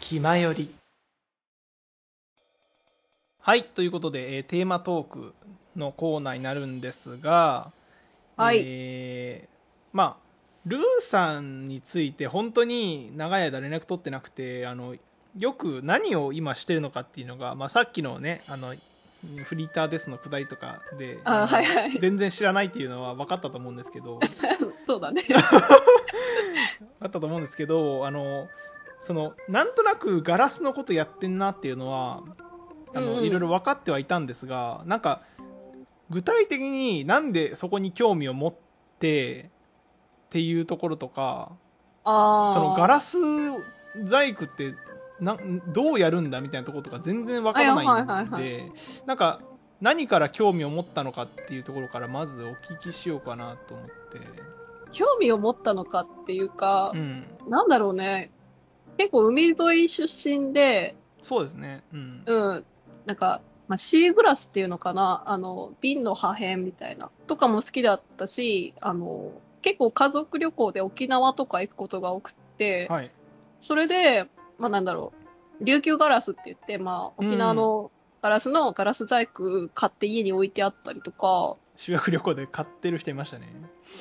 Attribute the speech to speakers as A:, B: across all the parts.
A: 気まよりはいということで、えーテーマトークのコーナーになるんですが
B: はい
A: えーまあルーさんについて本当に長い間連絡取ってなくてあのよく何を今してるのかっていうのが、まあ、さっきのねあのフリーターですのくだりとかで
B: あ
A: の
B: はいはい
A: 全然知らないっていうのは分かったと思うんですけど
B: そ うだね。
A: あったと思うんですけどあのそのなんとなくガラスのことやってんなっていうのはあの、
B: うんうん
A: いろいろ分かってはいたんですがなんか具体的になんでそこに興味を持ってっていうところとか
B: ああ。
A: そのガラス細工ってなんどうやるんだみたいなところとか全然わからないんで、
B: はいはいはい
A: なんか何から興味を持ったのかっていうところからまずお聞きしようかなと思って、
B: 興味を持ったのかっていうか
A: う、ん、
B: なんだろうね。結構海沿い出身で、
A: そうですね、うん、
B: うん、なんか、まあ、シーグラスっていうのかな、あの、瓶の破片みたいな、とかも好きだったし、あの、結構家族旅行で沖縄とか行くことが多くて、
A: はい、
B: それで、まあなんだろう、琉球ガラスって言って、まあ沖縄のガラスのガラス細工買って家に置いてあったりとか、
A: 修学旅行で買ってる人いましたね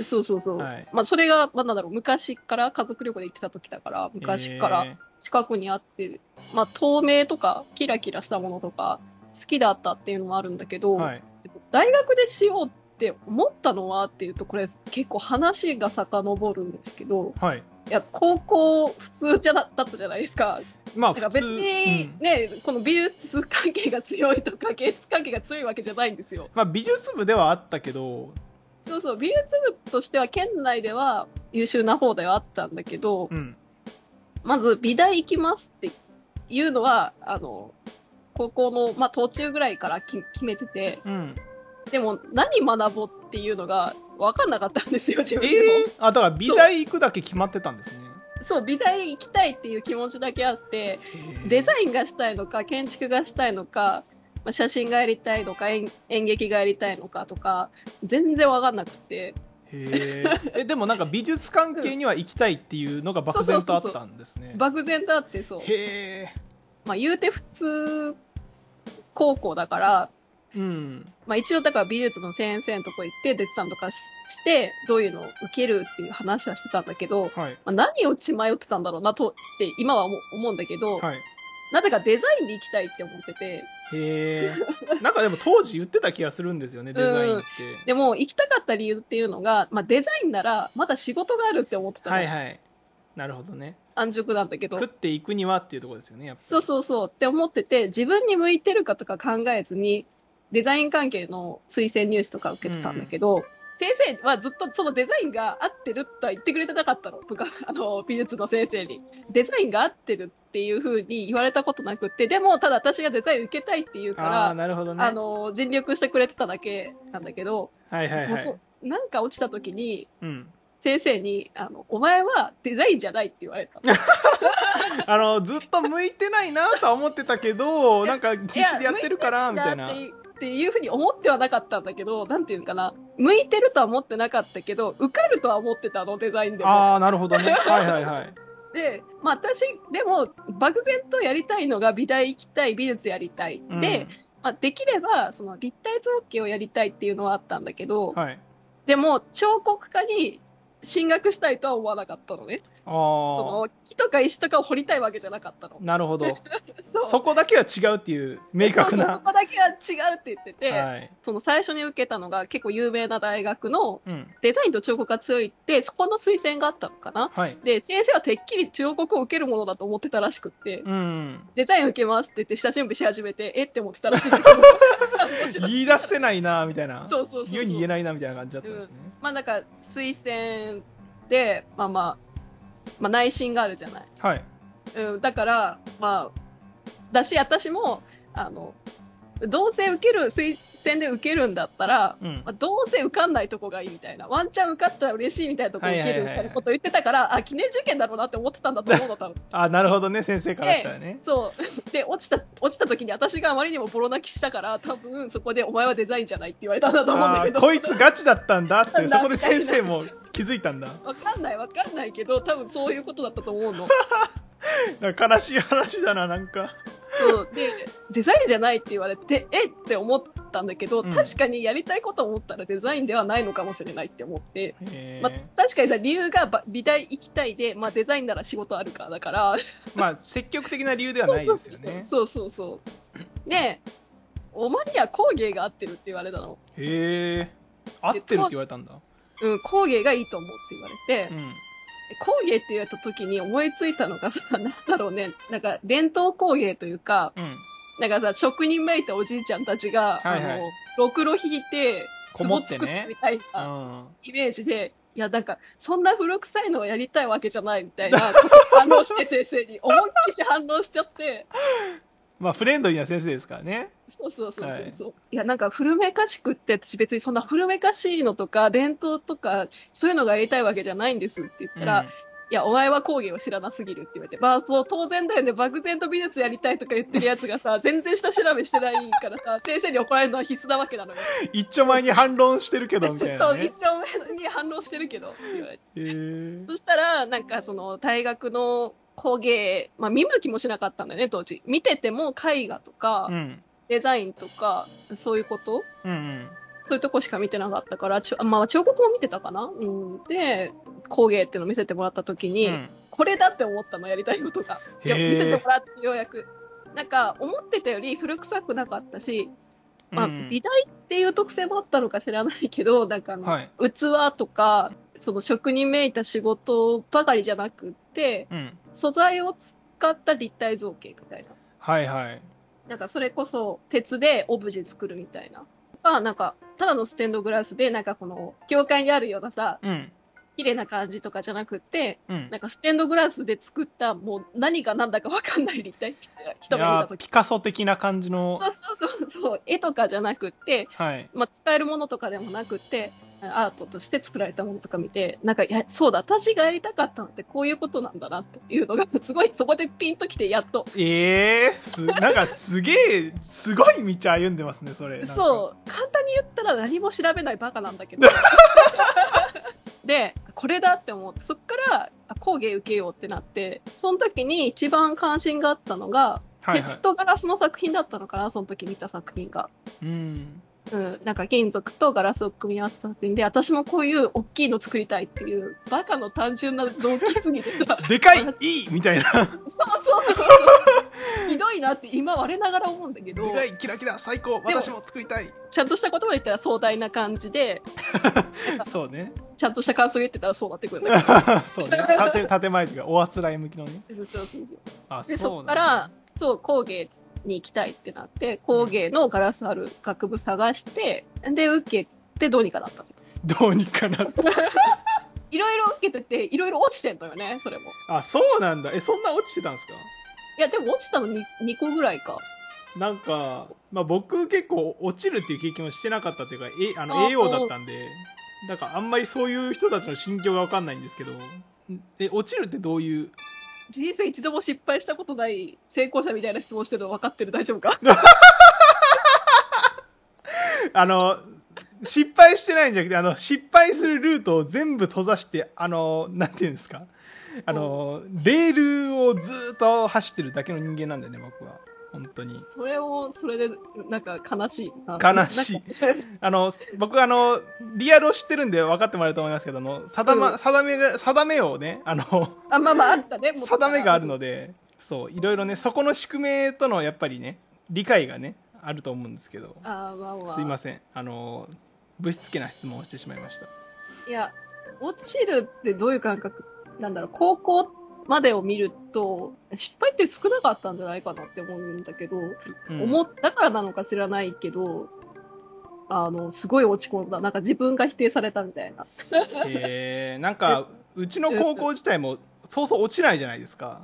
B: そうそうそう。
A: はい
B: まあそれが、まあなんだろう、昔から、家族旅行で行ってた時だから、昔から
A: えー
B: 近くにあって、まあ透明とかキラキラしたものとか好きだったっていうのもあるんだけど、
A: はい
B: でも大学でしようって思ったのはっていうと、これ結構話が遡るんですけど、
A: はい
B: いや、高校普通じゃだだったじゃないですか。
A: まあ
B: なんか
A: 普
B: 別
A: 通う
B: に
A: ん
B: ね、この美術関係が強いとか芸術関係が強いわけじゃないんですよ。
A: まあ、美術部ではあったけど、
B: そうそう、美術部としては県内では優秀な方ではあったんだけど、
A: うん、
B: まず美大行きますっていうのは、あの、高校の、まあ、途中ぐらいからき決めてて、
A: うん、
B: でも何学ぼうっていうのが分かんなかったんですよ、自
A: え
B: 分でも。
A: ーあだから美大行くだけ決まってたんですね
B: そう、美大行きたいっていう気持ちだけあって、デザインがしたいのか、建築がしたいのか、まあ、写真がやりたいのか、演演劇がやりたいのかとか、全然わかんなくて。
A: へーえでもなんか美術関係には行きたいっていうのが漠然とあったんですね
B: 漠然とあってそう。
A: へ
B: まあ、言うて普通高校だから、
A: えうん
B: まあ、一応だから美術の先生のとこ行って、デッサンとかしして、どういうのを受けるっていう話はしてたんだけど、
A: はい
B: まあ、何を血迷ってたんだろうなとって今は思思うんだけど、
A: はい
B: なぜかデザインで行きたいって思ってて、
A: へえなんかでも当時言ってた気がするんですよねデザインって、
B: でも行きたかった理由っていうのが、まあ、デザインならまだ仕事があるって思ってたの、
A: はいはいなるほどね
B: 安直なんだけど
A: 食っていくにはっていうところですよねやっぱ
B: そうそうそうって思ってて自分に向いてるかとか考えずにデザイン関係の推薦入試とか受けてたんだけど、先生はずっとそのデザインが合ってるとは言ってくれてなかったのとかあの美術の先生にデザインが合ってるっていうふうに言われたことなくってでもただ私がデザイン受けたいって言うか
A: あ
B: ら
A: あーなるほどね
B: あの尽力してくれてただけなんだけど、
A: はいはい
B: もう
A: は
B: そ
A: いう
B: なんか落ちた時に
A: うん、
B: 先生にあの「お前はデザインじゃない」って言われたの
A: あのずっと向いてないなとは思ってたけどなんか必死でやってるからみたいな
B: だってっていうふうに思ってはなかったんだけどなんていうのかな向いてるとは思ってなかったけど受かるとは思ってたのデザインでも。
A: ああなるほどねはいはいはい
B: で、まあ、私でも漠然とやりたいのが美大行きたい美術やりたい、
A: うん
B: で、まあ、できればその立体造形をやりたいっていうのはあったんだけど、
A: はい
B: でも彫刻家に進学したいとは思わなかったのね
A: あ
B: そ
A: あ
B: の木とか石とかを掘りたいわけじゃなかったの。
A: なるほど
B: そう
A: そこだけは違うっていう明確
B: そうそう
A: な
B: そこだけは違うって言ってて、
A: はい
B: その最初に受けたのが結構有名な大学の
A: うん
B: デザインと彫刻が強いって、そこの推薦があったのかな。
A: はい
B: で、先生はてっきり彫刻を受けるものだと思ってたらしくって、
A: うん
B: デザイン受けますって言って下準備し始めて、えって思ってたらしい んだけど
A: 言い出せないなみたいな
B: そうそうそうそう。
A: 言うに言えないなみたいな感じだったんですね、
B: まあなんか、推薦で、まあまあ、まあ内心があるじゃない。
A: はい
B: うん、だから、まあ、だし、私も、あの、どうせ受ける、推薦で受けるんだったら、
A: うん
B: まあ、どうせ受かんないとこがいいみたいな、ワンチャン受かったら嬉しいみたいなとこ受け
A: はい
B: るみ
A: はいはい
B: たいなことを言ってたから、あ、記念受験だろうなって思ってたんだと思うの、多分。
A: あなるほどね先生からしたら
B: で
A: ね、
B: そう。で、落ちた、落ちた時に私があまりにもボロ泣きしたから、多分そこでお前はデザインじゃないって言われたんだと思うんだ
A: あ
B: け
A: ー
B: ど。
A: こいつガチだったんだっていう
B: ガチだ
A: そこ
B: ったんだ
A: で先生も気づいたんだ
B: わかんないわかんないけど、多分そういうことだったと思うの。
A: なんか悲しい話だな、なんか。
B: そうでデザインじゃないって言われてえって思ったんだけど、
A: うん
B: 確かにやりたいことを思ったらデザインではないのかもしれないって思って、
A: えー
B: まあ、確かにさ理由がば美大行きたいで、まあ、デザインなら仕事あるからだから
A: まあ、積極的な理由ではないですよね。
B: そうそうそうでお前には工芸が合ってるって言われたの、
A: へえ。合ってるって言われたんだ。
B: うん、工芸がいいと思うって言われて、
A: うん。
B: 工芸って言われた時に思いついたのがさなんだろうねなんか伝統工芸というか
A: うん。
B: なんかさ、職人めいたおじいちゃんたちが、
A: はいはい
B: あの、ろくろ引いて、
A: こもってね
B: 壺作みたいな
A: うん。
B: イメージで、いや、なんか、そんな古臭いのをやりたいわけじゃないみた いな、反応して先生に、思いっきし反応しちゃって、
A: まあ、フレンドリーな先生ですからね。
B: そうそうそうそうそう、い。や、なんか古めかしくって、私別にそんな古めかしいのとか、伝統とか、そういうのがやりたいわけじゃないんですって言ったら、
A: うん
B: いや、お前は工芸を知らなすぎるって言われて、まあ、そう、当然だよね、漠然と美術やりたいとか言ってるやつがさ、全然下調べしてないからさ、先生に怒られるのは必須なわけなのよ。
A: 一丁前に反論してるけど、みたい
B: そ
A: な、
B: う、
A: ね
B: 一。丁目に反応してるけど、って言われて。
A: へー
B: そしたら、なんかその、大学の工芸、まあ、見向きもしなかったんだよね、当時。見てても絵画とか
A: う、ん。
B: デザインとか、そういうこと
A: うんうん。
B: そういうとこしか見てなかったから、ちょまあ、彫刻も見てたかなうん。で、工芸っていうのを見せてもらった時に、
A: うん
B: これだって思ったの、やりたいことが。
A: へ
B: い
A: ー
B: や見せてもらってようやく。なんか、思ってたより古臭くなかったし、まあ、
A: うん
B: 美大っていう特性もあったのか知らないけど、なんかあの、
A: はい。
B: 器とか、その職人めいた仕事ばかりじゃなくって、
A: うん。
B: 素材を使った立体造形みたいな。
A: はいはい。
B: なんかそれこそ鉄でオブジェ作るみたいな。とか、なんか、ただのステンドグラスで、なんかこの、教会にあるようなさ、
A: うん。
B: 綺麗な感じとかじゃなくって、
A: うん。
B: なんかステンドグラスで作った、もう何が何だかわかんない立体、人
A: い
B: が見
A: や
B: た
A: ー
B: 時
A: ピカソ的な感じの
B: そ、うそうそうそう、絵とかじゃなくって、
A: はい。
B: まあ、使えるものとかでもなくて、アートとして作られたものとか見て、なんか、いや、そうだ、私がやりたかったのってこういうことなんだなっていうのが、すごいそこでピンときて、やっと。
A: えー、すなんかすげえすごい道歩んでますねそれなんか
B: そう、簡単に言ったら何も調べないバカなんだ けど。で、これだって思って、そっからあ工芸受けようってなって、その時に一番関心があったのが、
A: はいはい
B: 鉄とガラスの作品だったのかな、その時見た作品が。
A: うん
B: うん、なんか金属とガラスを組み合わせた作品で、私もこういう大きいの作りたいっていう、バカの単純な動機すぎて さ、
A: でかいいいみたいな
B: そうそうそうそう、ひどいなって今我ながら思うんだけど
A: で、かいキラキラ最高私も作りたい
B: ちゃんとした言葉で言ったら壮大な感じで、
A: そうね
B: ちゃんとした感想言ってたらそうなってくるんだけ
A: そうね建て建前というかおあつらい向きのね
B: ど、そうそうそう
A: あそう
B: で、そ
A: な
B: っ
A: ん
B: か
A: だ
B: ら、そう、工芸に行きたいってなって、工芸のガラスある学部探して、で、受けてどうにかなった。
A: どうにかなって
B: いろいろ受けてて、いろいろ落ちてんのよね、それも。
A: あそうなんだえそんな落ちてたんですか
B: いや、でも落ちたの 2, 2個ぐらいか。
A: なんか、まあ、僕結構落ちるっていう経験をしてなかったというかえあ
B: あ
A: の
B: ー
A: AO だったんでなんかあんまりそういう人たちの心境が分かんないんですけどんえ落ちるってどういう
B: 人生一度も失敗したことない成功者みたいな質問してるの分かってる大丈夫 か
A: あの、失敗してないんじゃなくて、あの、失敗するルートを全部閉ざして、あの、なんていうんですか。あの、レールをずーっと走ってるだけの人間なんだよね、僕は。本当に。
B: それを、それで、なんか悲しいな。
A: 悲しい
B: なんか。
A: あの、僕、あの、リアルを知ってるんで分かってもらえると思いますけど、あの、定ま、
B: うん
A: 定めら、定めをね、あの、
B: あ、まあまあ、あったね。元から
A: 定めがあるので、そう、いろいろね、そこの宿命との、やっぱりね、理解がね、あると思うんですけど、
B: あーまあまあ。
A: すいません。あの、ぶしつけな質問をしてしまいました。
B: いや、落ちるってどういう感覚なんだろう、高校までを見ると、失敗って少なかったんじゃないかなって思うんだけど、
A: うん
B: 思っだからなのか知らないけど、あの、すごい落ち込んだ。なんか自分が否定されたみたいな。
A: えー、なんかうちの高校自体もそうそう落ちないじゃないですか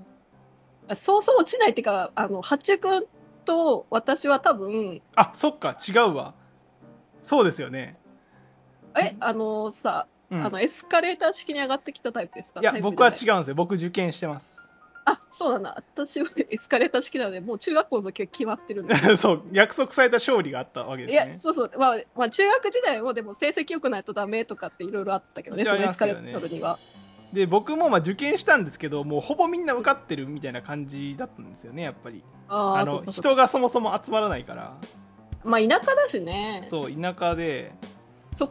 B: あそうそう落ちないっていうか、あの、八中君と私は多分、
A: あそっか違うわそうですよね、
B: え、あのさ、
A: うん、
B: あの、エスカレーター式に上がってきたタイプですか
A: いや
B: タイプじゃ
A: 僕は
B: ない
A: 違うんですよ僕受験してます
B: あ、そうなんだ。私はエスカレーター式なので、もう中学校の時は決まってるんで。
A: そう約束された勝利があったわけで
B: い
A: す
B: や、
A: ね
B: そうそう、まあ、まあ、中学時代もでも成績良くないとダメとかっていろいろあったけどね、
A: 一応
B: そ
A: あり
B: のエ
A: ま
B: ス
A: す
B: カ
A: よ
B: レ
A: ね
B: ートルには。
A: で僕もまあ受験したんですけどもうほぼみんな受かってるみたいな感じだったんですよねやっぱり
B: あ
A: あ
B: あ、
A: の
B: そうかそうか
A: 人がそもそも集まらないから
B: まあ、田舎だしね。そ
A: そう田舎で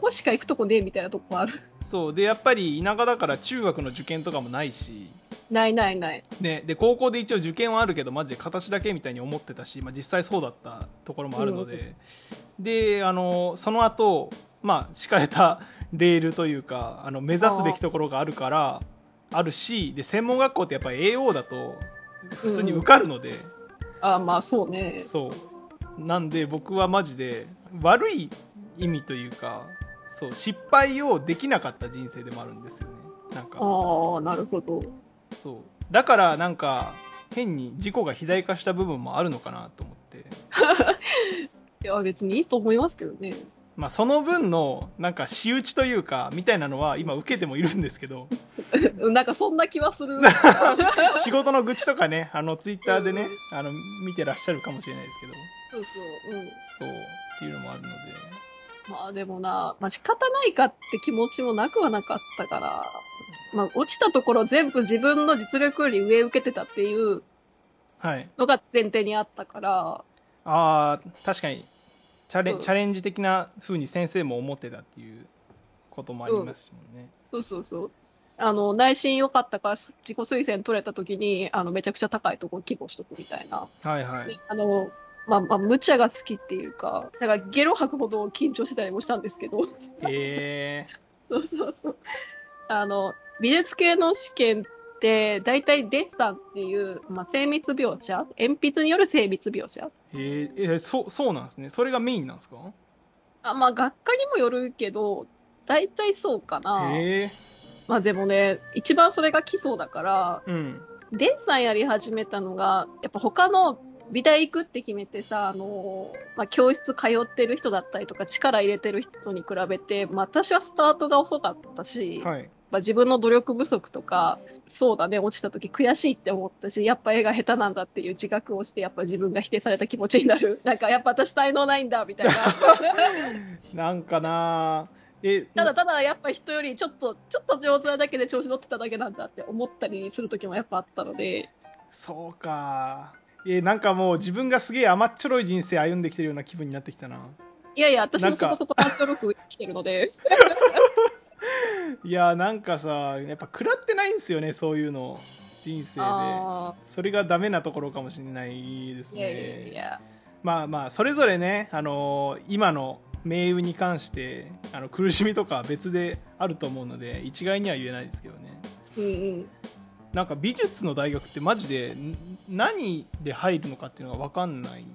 B: こしか行くとこねえみたいなとこある。
A: そうでやっぱり田舎だから中学の受験とかもないし、
B: ないないない。
A: ね、で高校で一応受験はあるけどマジで形だけみたいに思ってたし、まあ、実際そうだったところもあるので、であのその後、まあ敷かれたレールというかあの目指すべきところがあるからあるしで専門学校ってやっぱり AO だと普通に受かるので。
B: ああ、まあ、そうね。
A: そうなんで僕はマジで悪い意味というかそう失敗をできなかった人生でもあるんですよねなんか
B: ああ、なるほど。
A: そうだからなんか変に事故が肥大化した部分もあるのかなと思って
B: いや、別にいいと思いますけどね。
A: まあその分のなんか仕打ちというかみたいなのは今受けてもいるんですけ ど
B: なんかそんな気は する。
A: 仕事の愚痴とかねあのツイッターでねあの見てらっしゃるかもしれないですけど
B: そうそう。う
A: そうっていうのもあるので
B: ん。まあでもな、まあ仕方ないかって気持ちもなくはなかったから、まあ落ちたところ全部自分の実力より上受けてたっていう
A: はい
B: のが前提にあったから、
A: あー確かにチャレ,、
B: うん
A: チャレンジ的な風に先生も思ってたっていうこともありますもんね、
B: そうそうそう。あの、内心良かったから自己推薦取れた時に、あの、めちゃくちゃ高いところ希望しとくみたいな。
A: はいはい
B: あの、まあまあ、無茶が好きっていうか、だからゲロ吐くほど緊張してたりもしたんですけど。
A: え
B: そうそうそう。あの、美術系の試験って、大体デッサンっていう、まあ、精密描写鉛筆による精密描写
A: ー、えーえーそうそうなんですねそれがメインなんですか
B: あまあ、学科にもよるけど、大体そうかな。
A: え
B: まあでもね、一番それが基礎だから、
A: ー、うん
B: デッサンやり始めたのが、やっぱ他の美大行くって決めてさ、あのーまあ、教室通ってる人だったりとか、力入れてる人に比べて、まあ、私はスタートが遅かったし、
A: はい
B: まあ、自分の努力不足とか、そうだね、落ちた時悔しいって思ったし、やっぱ絵が下手なんだっていう自覚をして、やっぱ自分が否定された気持ちになる。 なんか、やっぱ私才能ないんだ、みたい な。
A: なんかなーえ
B: ただただ、やっぱ人よりちょっと、ちょっと上手なだけで調子乗ってただけなんだって思ったりする時もやっぱあったので、
A: そうかえーなんかもう自分がすげえ甘っちょろい人生歩んできてるような気分になってきたない
B: やいや、私
A: なん
B: もそ
A: か
B: こそこ単調力来てるの で、
A: いやーなんかさやっぱ食らってないんですよねそういうの人生で
B: あ
A: それがダメなところかもしれないです
B: ー
A: ね
B: いやいやいや、
A: まあまあそれぞれね、あのー今の名誉に関してあの苦しみとかは別であると思うので一概には言えないですけどね
B: うんうん。
A: なんか美術の大学ってマジでん何で入るのかっていうのが分かんない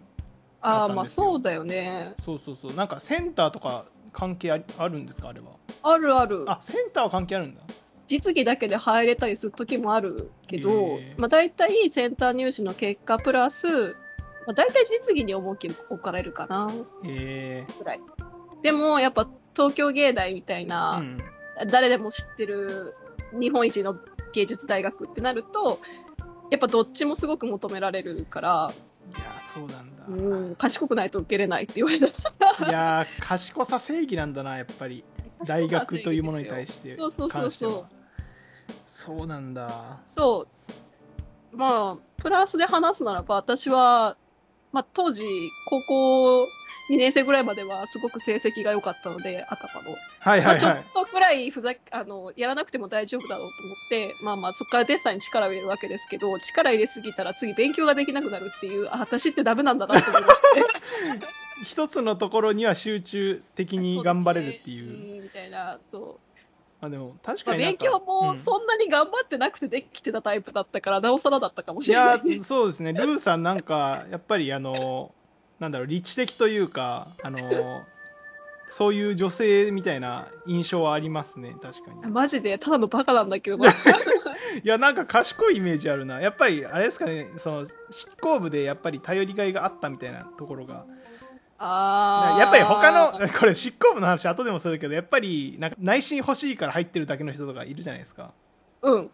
B: あ
A: だった
B: あ、
A: ん
B: まあ
A: ですよ
B: そうだよね。
A: そうそうそうなんかセンターとか関係ありあるんですかあれは
B: あるある。
A: あセンターは関係あるんだ
B: 実技だけで入れたりする時もあるけど
A: へ、ー
B: まあ、大体センター入試の結果プラス、まあ、大体実技に重きを置かれるかな
A: へえ
B: ぐらいでもやっぱ東京芸大みたい
A: ー、う
B: な、
A: ん
B: 誰でも知ってる日本一の芸術大学ってなるとやっぱどっちもすごく求められるから、
A: いやーそうなんだ、
B: うん、賢くないと受けれないって言われた
A: いやー賢さ正義なんだなやっぱり 大学というものに対して
B: そうそう
A: 関
B: そう
A: ては
B: そう
A: そうなんだ
B: そう。まあ、プラスで話すならば、私は、まあ当時、高校2年生ぐらいまではすごく成績が良かったので、頭の。
A: はい
B: ま
A: は
B: あ
A: い
B: ちょ
A: は
B: っ
A: い
B: とくらいふざけ、あの、やらなくても大丈夫だろうと思って、まあまあそこからデッサンに力を入れるわけですけど、力入れすぎたら次勉強ができなくなるっていう、あ、私ってダメなんだなと思いま して。
A: 一つのところには集中的に頑張れるっていう
B: そですねんみたいな、そう。
A: あでも確
B: ま
A: か
B: あ
A: にな
B: 勉
A: んか
B: 強
A: う
B: も
A: ん
B: そんなに頑張ってなくてできてたタイプだったから、なおさらだったかも
A: い
B: しれな
A: や
B: いね。
A: そうですねルーさんなんかやっぱりあのなんだろう理知的というかあのそういう女性みたいな印象はありますね確かに
B: マジで、ただのバカなん だけど、これ
A: いやなんか賢いイメージあるなやっぱりあれですかねその執行部でやっぱり頼りがいがあったみたいなところが
B: あー
A: やっぱり他のこれ執行部の話後でもするけどやっぱりなんか内心欲しいから入ってるだけの人とかいるじゃないですか
B: うん。
A: っ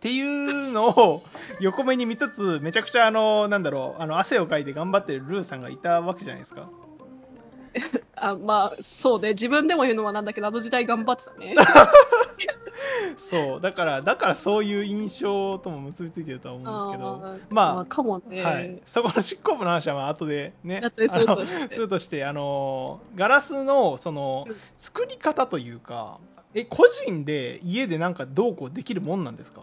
A: ていうのを横目に見つつめちゃくちゃあのなんだろうあの汗をかいて頑張ってるルーさんがいたわけじゃないですか
B: あまあ、そうね。自分でも言うのはなんだけど、あの時代頑張ってた ね。
A: そうだからだからそういう印象とも結びついてるとは思うんですけど
B: あー
A: まあ
B: かもね。
A: はい、そこの執行部の話はまあ後でね
B: だったりする
A: あの
B: と して
A: するとしてあのガラスのその作り方というかえ個人で家でなんかどうこうできるもんなんですか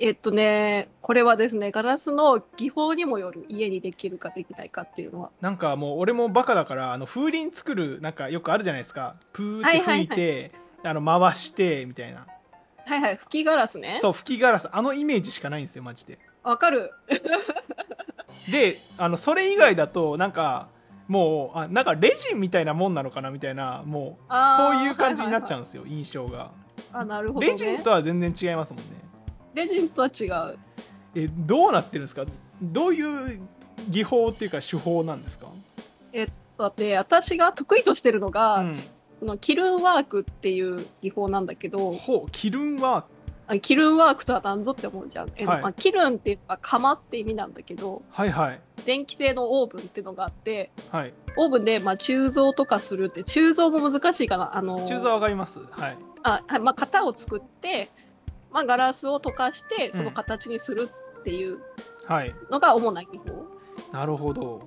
B: えっとね、これはですね、ガラスの技法にもよる、家にできるかできないかっていうのは。
A: なんかもう俺もバカだからあの風鈴作るなんかよくあるじゃないですかプーっ
B: は
A: て
B: いはい
A: 吹
B: はい
A: いて、あの回してみたいな
B: はいはい、吹きガラスね。
A: そう吹きガラスあのイメージしかないんですよマジで
B: わかる。
A: であのそれ以外だとなんかもうあなんかレジンみたいなもんなのかなみたいなもう
B: あー
A: そういう感じになっちゃうんですよ、印象が
B: あ、なるほど、ね。
A: レジンとは全然違いますもんね
B: レジンとは違う。
A: えどうなってるんですかどういう技法っていうか手法なんですか、
B: だって、私が得意としてるのが、
A: うん、
B: そのキルンワークっていう技法なんだけど、
A: ほうキルンは
B: あキルンワークとは何ぞって思うじゃん。え
A: はい
B: まあ、キルンっていうか、釜って意味なんだけど、
A: はいはい
B: 電気製のオーブンっていうのがあって、
A: はい
B: オーブンで、まあ、鋳造とかするって、鋳造も難しいかな。あのー
A: 中座上がりますはい
B: あ、はいまあ、型を作って、まあ、ガラスを溶かして、その形にするっていう
A: はい
B: のが主な技法。
A: なるほど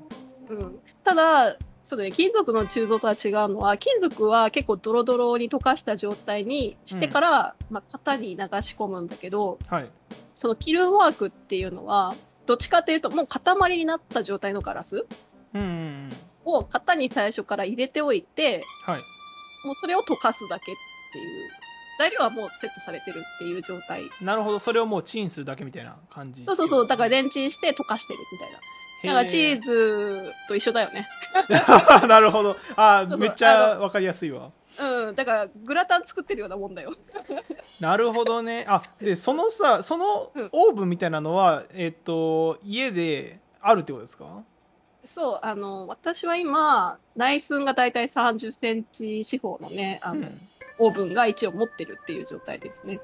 B: うん。ただ、そうだね、金属の鋳造とは違うのは、金属は結構ドロドロに溶かした状態にしてから、まあ、型に流し込むんだけど、
A: はい
B: そのキルンワークっていうのは、どっちかというと、もう塊になった状態のガラス
A: うんうんうん
B: を型に最初から入れておいて、
A: はい
B: もうそれを溶かすだけっていう。材料はもうセットされてるっていう状態。
A: なるほどそれをもうチンするだけみたいな感じ
B: そうそうそう。だからレンチンして溶かしてるみたいな。だからチー
A: ズ
B: ズと一緒だよね。
A: なるほどあ
B: そう
A: ー
B: そう
A: めっちゃわかりやすいわ
B: うん。だからグラタン作ってるようなもんだよ。
A: なるほどねあでそのさその
B: うん
A: オーブンみたいなのはえっと家であるってことですか
B: そう、あの、私は今、内寸がだいたい30センチ四方のね、あ
A: う
B: の、
A: ん
B: オーブンが一応持ってるっていう状態ですね。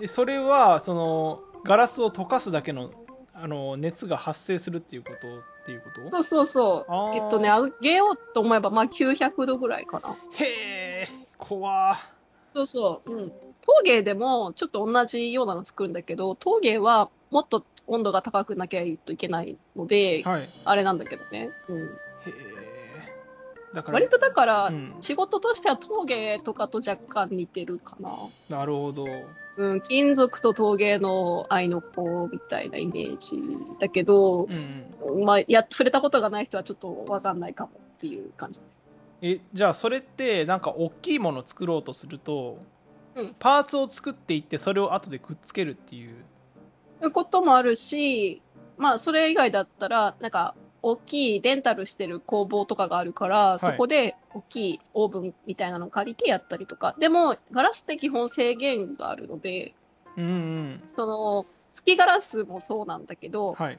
A: えそれはそのガラスを溶かすだけのあの熱が発生するっていうことっていうこと
B: そうそうそう
A: あ。ー
B: えっとね、上げようと思えば、まあ900度ぐらいかな。
A: へえ怖
B: そうそう。うん。陶芸でも、ちょっと同じようなの作るんだけど、陶芸はもっと温度が高くなきゃいけないので、
A: はいへ
B: あれなんだけどね。うん。
A: えだから
B: 割とだから、
A: うん
B: 仕事としては陶芸とかと若干似てるかな。
A: なるほど
B: うん、金属と陶芸の愛の子みたいなイメージだけど、
A: うん
B: まあ、や、触れたことがない人はちょっとわかんないかもっていう感じ。
A: えじゃあそれってなんか大きいものを作ろうとすると、
B: うん
A: パーツを作っていってそれを後でくっつけるっていう
B: そういうこともあるし、まあ、それ以外だったら、なんか、大きいレンタルしてる工房とかがあるから、そこで大きいオーブンみたいなのを借りてやったりとか。でも、ガラスって基本制限があるので、
A: うんうん
B: その、吹きガラスもそうなんだけど、
A: はい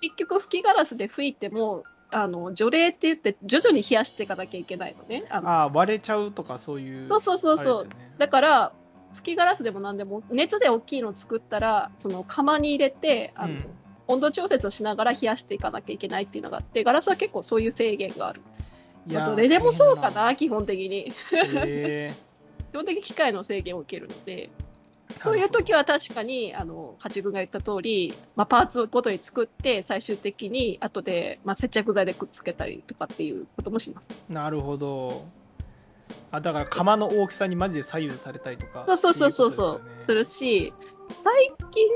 B: 結局吹きガラスで吹いても、あの、除冷って言って徐々に冷やしていかなきゃいけないのね。あの
A: ああ割れちゃうとかそういう
B: そうそうそうそう
A: あれですよね
B: だから、吹きガラスでも何でも、熱で大きいの作ったら、その釜に入れて、あの、
A: うん
B: 温度調節をしながら冷やしていかなきゃいけないっていうのがあって、ガラスは結構そういう制限がある。
A: い
B: ま
A: や
B: あ、
A: ー
B: どれでもそうか
A: 大
B: な、基本的に。
A: 変だへえ
B: 基本的に機械の制限を受けるので、そういう時は確かに、あの、八分が言った通り、まあ、パーツごとに作って、最終的に後で、まあ、接着剤でくっつけたりとかっていうこともします。
A: なるほどあだから釜の大きさにマジで左右されたりとか
B: そうそうそうそうそ
A: っ
B: う、
A: ていことです
B: す
A: よね
B: るし、最近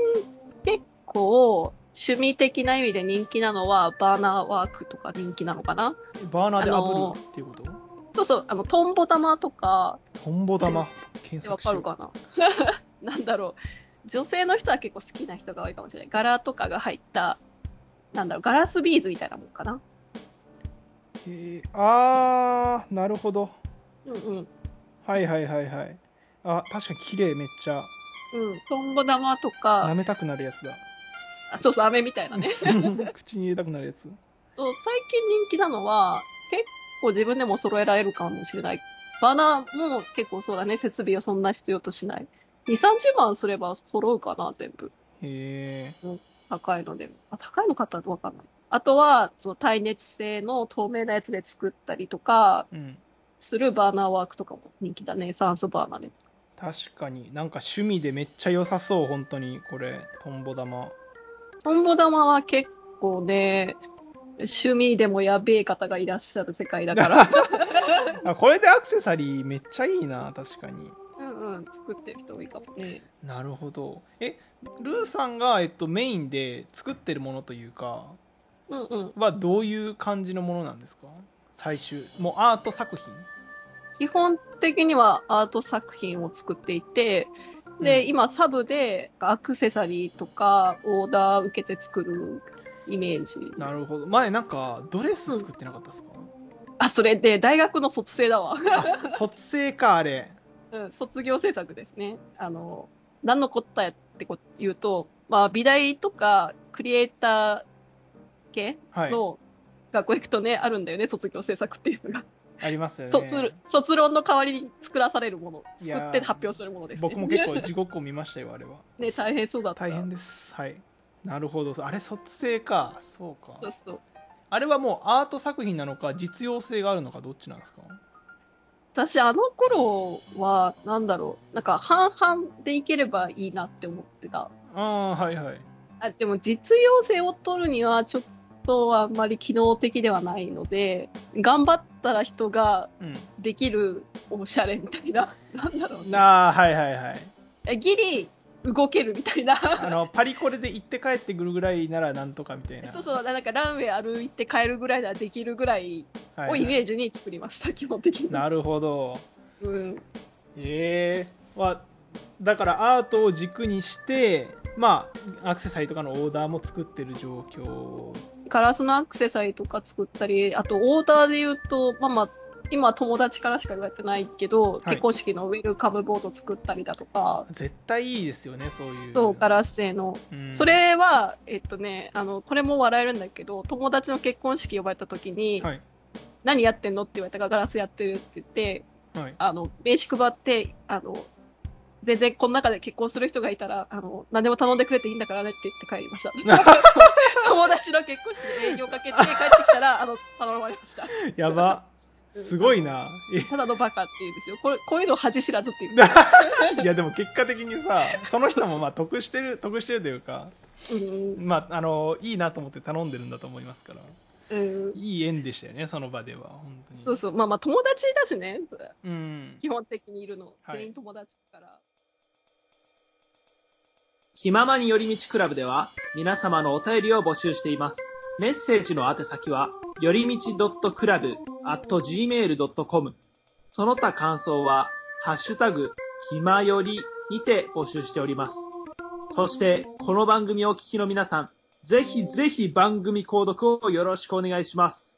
B: 結構趣味的な意味で人気なのはバーナーワークとか人気なのかな
A: バーナーで
B: あの
A: 炙
B: ー
A: るっていうこと、
B: そうそう、あの、トンボ玉とか、
A: トンボ玉検
B: わ
A: 索し
B: か
A: よ
B: る
A: う
B: かな なんだろう。女性の人は結構好きな人が多いかもしれない。柄とかが入った、なんだろう、ガラスビーズみたいなもんかな。
A: へえあーなるほど
B: うんうん。
A: はいはいはいはいあ確かに綺麗めっちゃ
B: うん。トンボ玉と
A: 舐
B: か、
A: めたくなるやつだ
B: あそうそう、飴みたいなね。
A: 口に入れたくなるやつ
B: そう最近人気なのは、結構自分でも揃えられるかもしれない。バナーも結構そうだね、設備をそんな必要としない。2、30万すれば揃うかな、全部。
A: へえ
B: 高いので、あ高いの買ったらわかんない。あとは、その耐熱性の透明なやつで作ったりとか
A: うん、
B: するバーナーワークとかも人気だね。酸素バーナーで。
A: 確かになんか趣味でめっちゃ良さそう本当にこれトンボ玉
B: トンボ玉は結構ね、趣味でもやべえ方がいらっしゃる世界だから。
A: あこれでアクセサリーめっちゃいいな確かに
B: うんうん、作ってる人多いかもね。
A: なるほどえルーさんが、えっと、メインで作ってるものというか
B: うんうん。
A: はどういう感じのものなんですか最終もうアート作品
B: 基本的にはアート作品を作っていて、で、
A: うん
B: 今サブでアクセサリーとかオーダー受けて作るイメージ。
A: なるほど前なんかドレス作ってなかったですか
B: あ、それで大学の卒生だわ。
A: あ卒生かあれ
B: うん、卒業制作ですね。あの、何のこったやってこ言うと、まあ、美大とかクリエイター系
A: はい
B: の学校行くとね、あるんだよね、卒業制作っていうのが。
A: ありますよね
B: 卒卒論の代わりに作らされるもの、
A: い
B: 作
A: やー
B: って発表するものです、ね。
A: 僕も結構地獄を見ましたよあ れは
B: ね、大変そうだった。
A: 大変ですはいなるほどあれ卒生かそうか
B: そうそう
A: あれはもうアート作品なのか実用性があるのかどっちなんですか
B: 私、あの頃は、なんだろう、なんか半々でいければいいなって思ってた。
A: ああはいはい
B: あでも実用性を取るにはちょっとあんまり機能的ではないので頑張ったら人が
A: うん
B: できるおしゃれみた いななんだろうな
A: ああはいはいはい
B: ギリ動けるみたい
A: あ
B: な
A: のパリコレで行って帰ってくるぐらいならなんとかみたいな
B: そうそうなんかランウェイ歩いて帰るぐらいならできるぐらい
A: はい
B: を
A: はい
B: イメージに作りました、基本的に、
A: なるほど
B: うん、
A: ええはだからアートを軸にしてまあアクセサリーとかのオーダーも作ってる状況
B: ガラスのアクセサリーとか作ったりあとオーダーで言うとまあまあ今友達からしか言われてないけど、
A: い
B: 結婚式のウェルカムボード作ったりだとか、
A: 絶対いいですよねそういう
B: そうガラス製の
A: うん
B: それは、えっとね、あの、これも笑えるんだけど、友達の結婚式呼ばれた時に、
A: はい
B: 何やってんのって言われたからガラスやってるって言って、
A: はい
B: あの、名刺配って、あの、全然この中で結婚する人がいたら、あの、何でも頼んでくれていいんだからねって言って帰り ました。友達の結婚式で営業かけて帰ってきたら、あの、頼まれました。
A: やばすごいなえ
B: ただのバカって言うんですよ。これこういうのを恥知らずって言う。
A: いやでも結果的にさその人もまあ得してる得してるというか
B: うん
A: まああのいいなと思って頼んでるんだと思いますから
B: うん。うん。
A: いい縁でしたよねその場では本当に
B: そうそう。まあまあ友達だしね。
A: うん
B: 基本的にいるの。
A: はい
B: 全員友達だから。
C: 気ままに寄り道クラブでは皆様のお便りを募集しています。メッセージの宛先は、よりみち .club.gmail.com その他感想は、ハッシュタグ、気まよりにて募集しております。そして、この番組をお聞きの皆さん、ぜひぜひ番組購読をよろしくお願いします。